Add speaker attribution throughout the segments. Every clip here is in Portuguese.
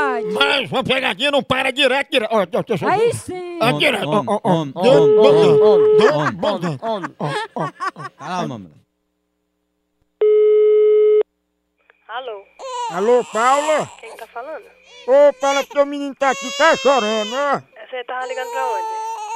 Speaker 1: Rapaz, uma pegadinha não para direto, direto. Ó, deixa eu ver.
Speaker 2: Aí sim.
Speaker 1: Ah, direto. Ó, ó, ó.
Speaker 3: On, on,
Speaker 1: Deu
Speaker 3: on,
Speaker 1: bom,
Speaker 3: on,
Speaker 1: deu
Speaker 3: on.
Speaker 1: bom, deu bom.
Speaker 3: Calma, mano.
Speaker 4: Alô,
Speaker 1: Alô, Paula?
Speaker 4: quem tá falando?
Speaker 1: Ô, Paula, teu menino tá aqui, tá chorando, ó.
Speaker 4: Você tava ligando pra onde?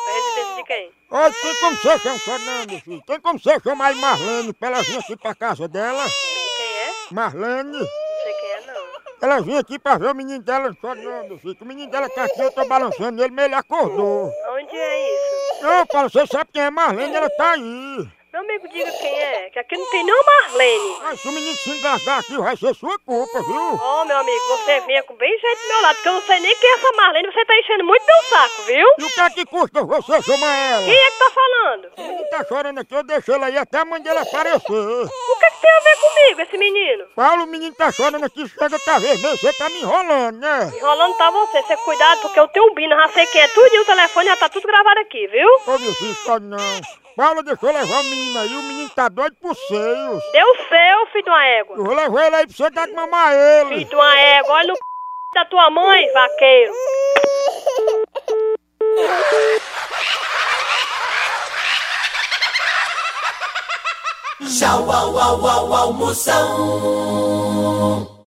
Speaker 4: Pra residência de quem?
Speaker 1: Ó, tem como você chamar, meu um filho? Tem como você chamar a Marlene pra ela vir aqui pra casa dela?
Speaker 4: Quem é?
Speaker 1: Marlene?
Speaker 4: Não sei quem é, não.
Speaker 1: Ela vinha aqui pra ver o menino dela não chora não, meu filho. que O menino dela tá aqui, eu tô balançando ele, mas ele acordou.
Speaker 4: Onde é isso?
Speaker 1: Não, Paulo, você sabe quem é Marlene, ela tá aí.
Speaker 4: Meu amigo, diga quem é, que aqui não tem não Marlene.
Speaker 1: Mas se o menino se engasgar aqui, vai ser sua culpa, viu?
Speaker 4: Ó, meu amigo, você venha com bem jeito do meu lado, porque eu não sei nem quem é essa Marlene, você tá enchendo muito meu saco, viu?
Speaker 1: E o que é que custa você chamar ela?
Speaker 4: Quem é que tá falando?
Speaker 1: O menino tá chorando aqui, eu deixei ela aí até a mãe dele aparecer.
Speaker 4: O que, que tem a ver comigo, esse menino?
Speaker 1: Paulo, o menino tá chorando aqui, chega, tá vermelho, você tá me enrolando, né?
Speaker 4: Enrolando tá você, você cuidado, porque eu tenho um bino, já sei quem é tudo e o telefone já tá tudo gravado aqui, viu?
Speaker 1: Ô, meu filho, chore não. Paulo deixou levar o menino aí, o menino tá doido por seios.
Speaker 4: Deu seu, filho de uma égua.
Speaker 1: Eu vou levar ele aí pra você dar de mamar ele.
Speaker 4: Filho de uma égua, olha no c... da tua mãe, vaqueiro.
Speaker 5: Tchau, au, au, au, almoção.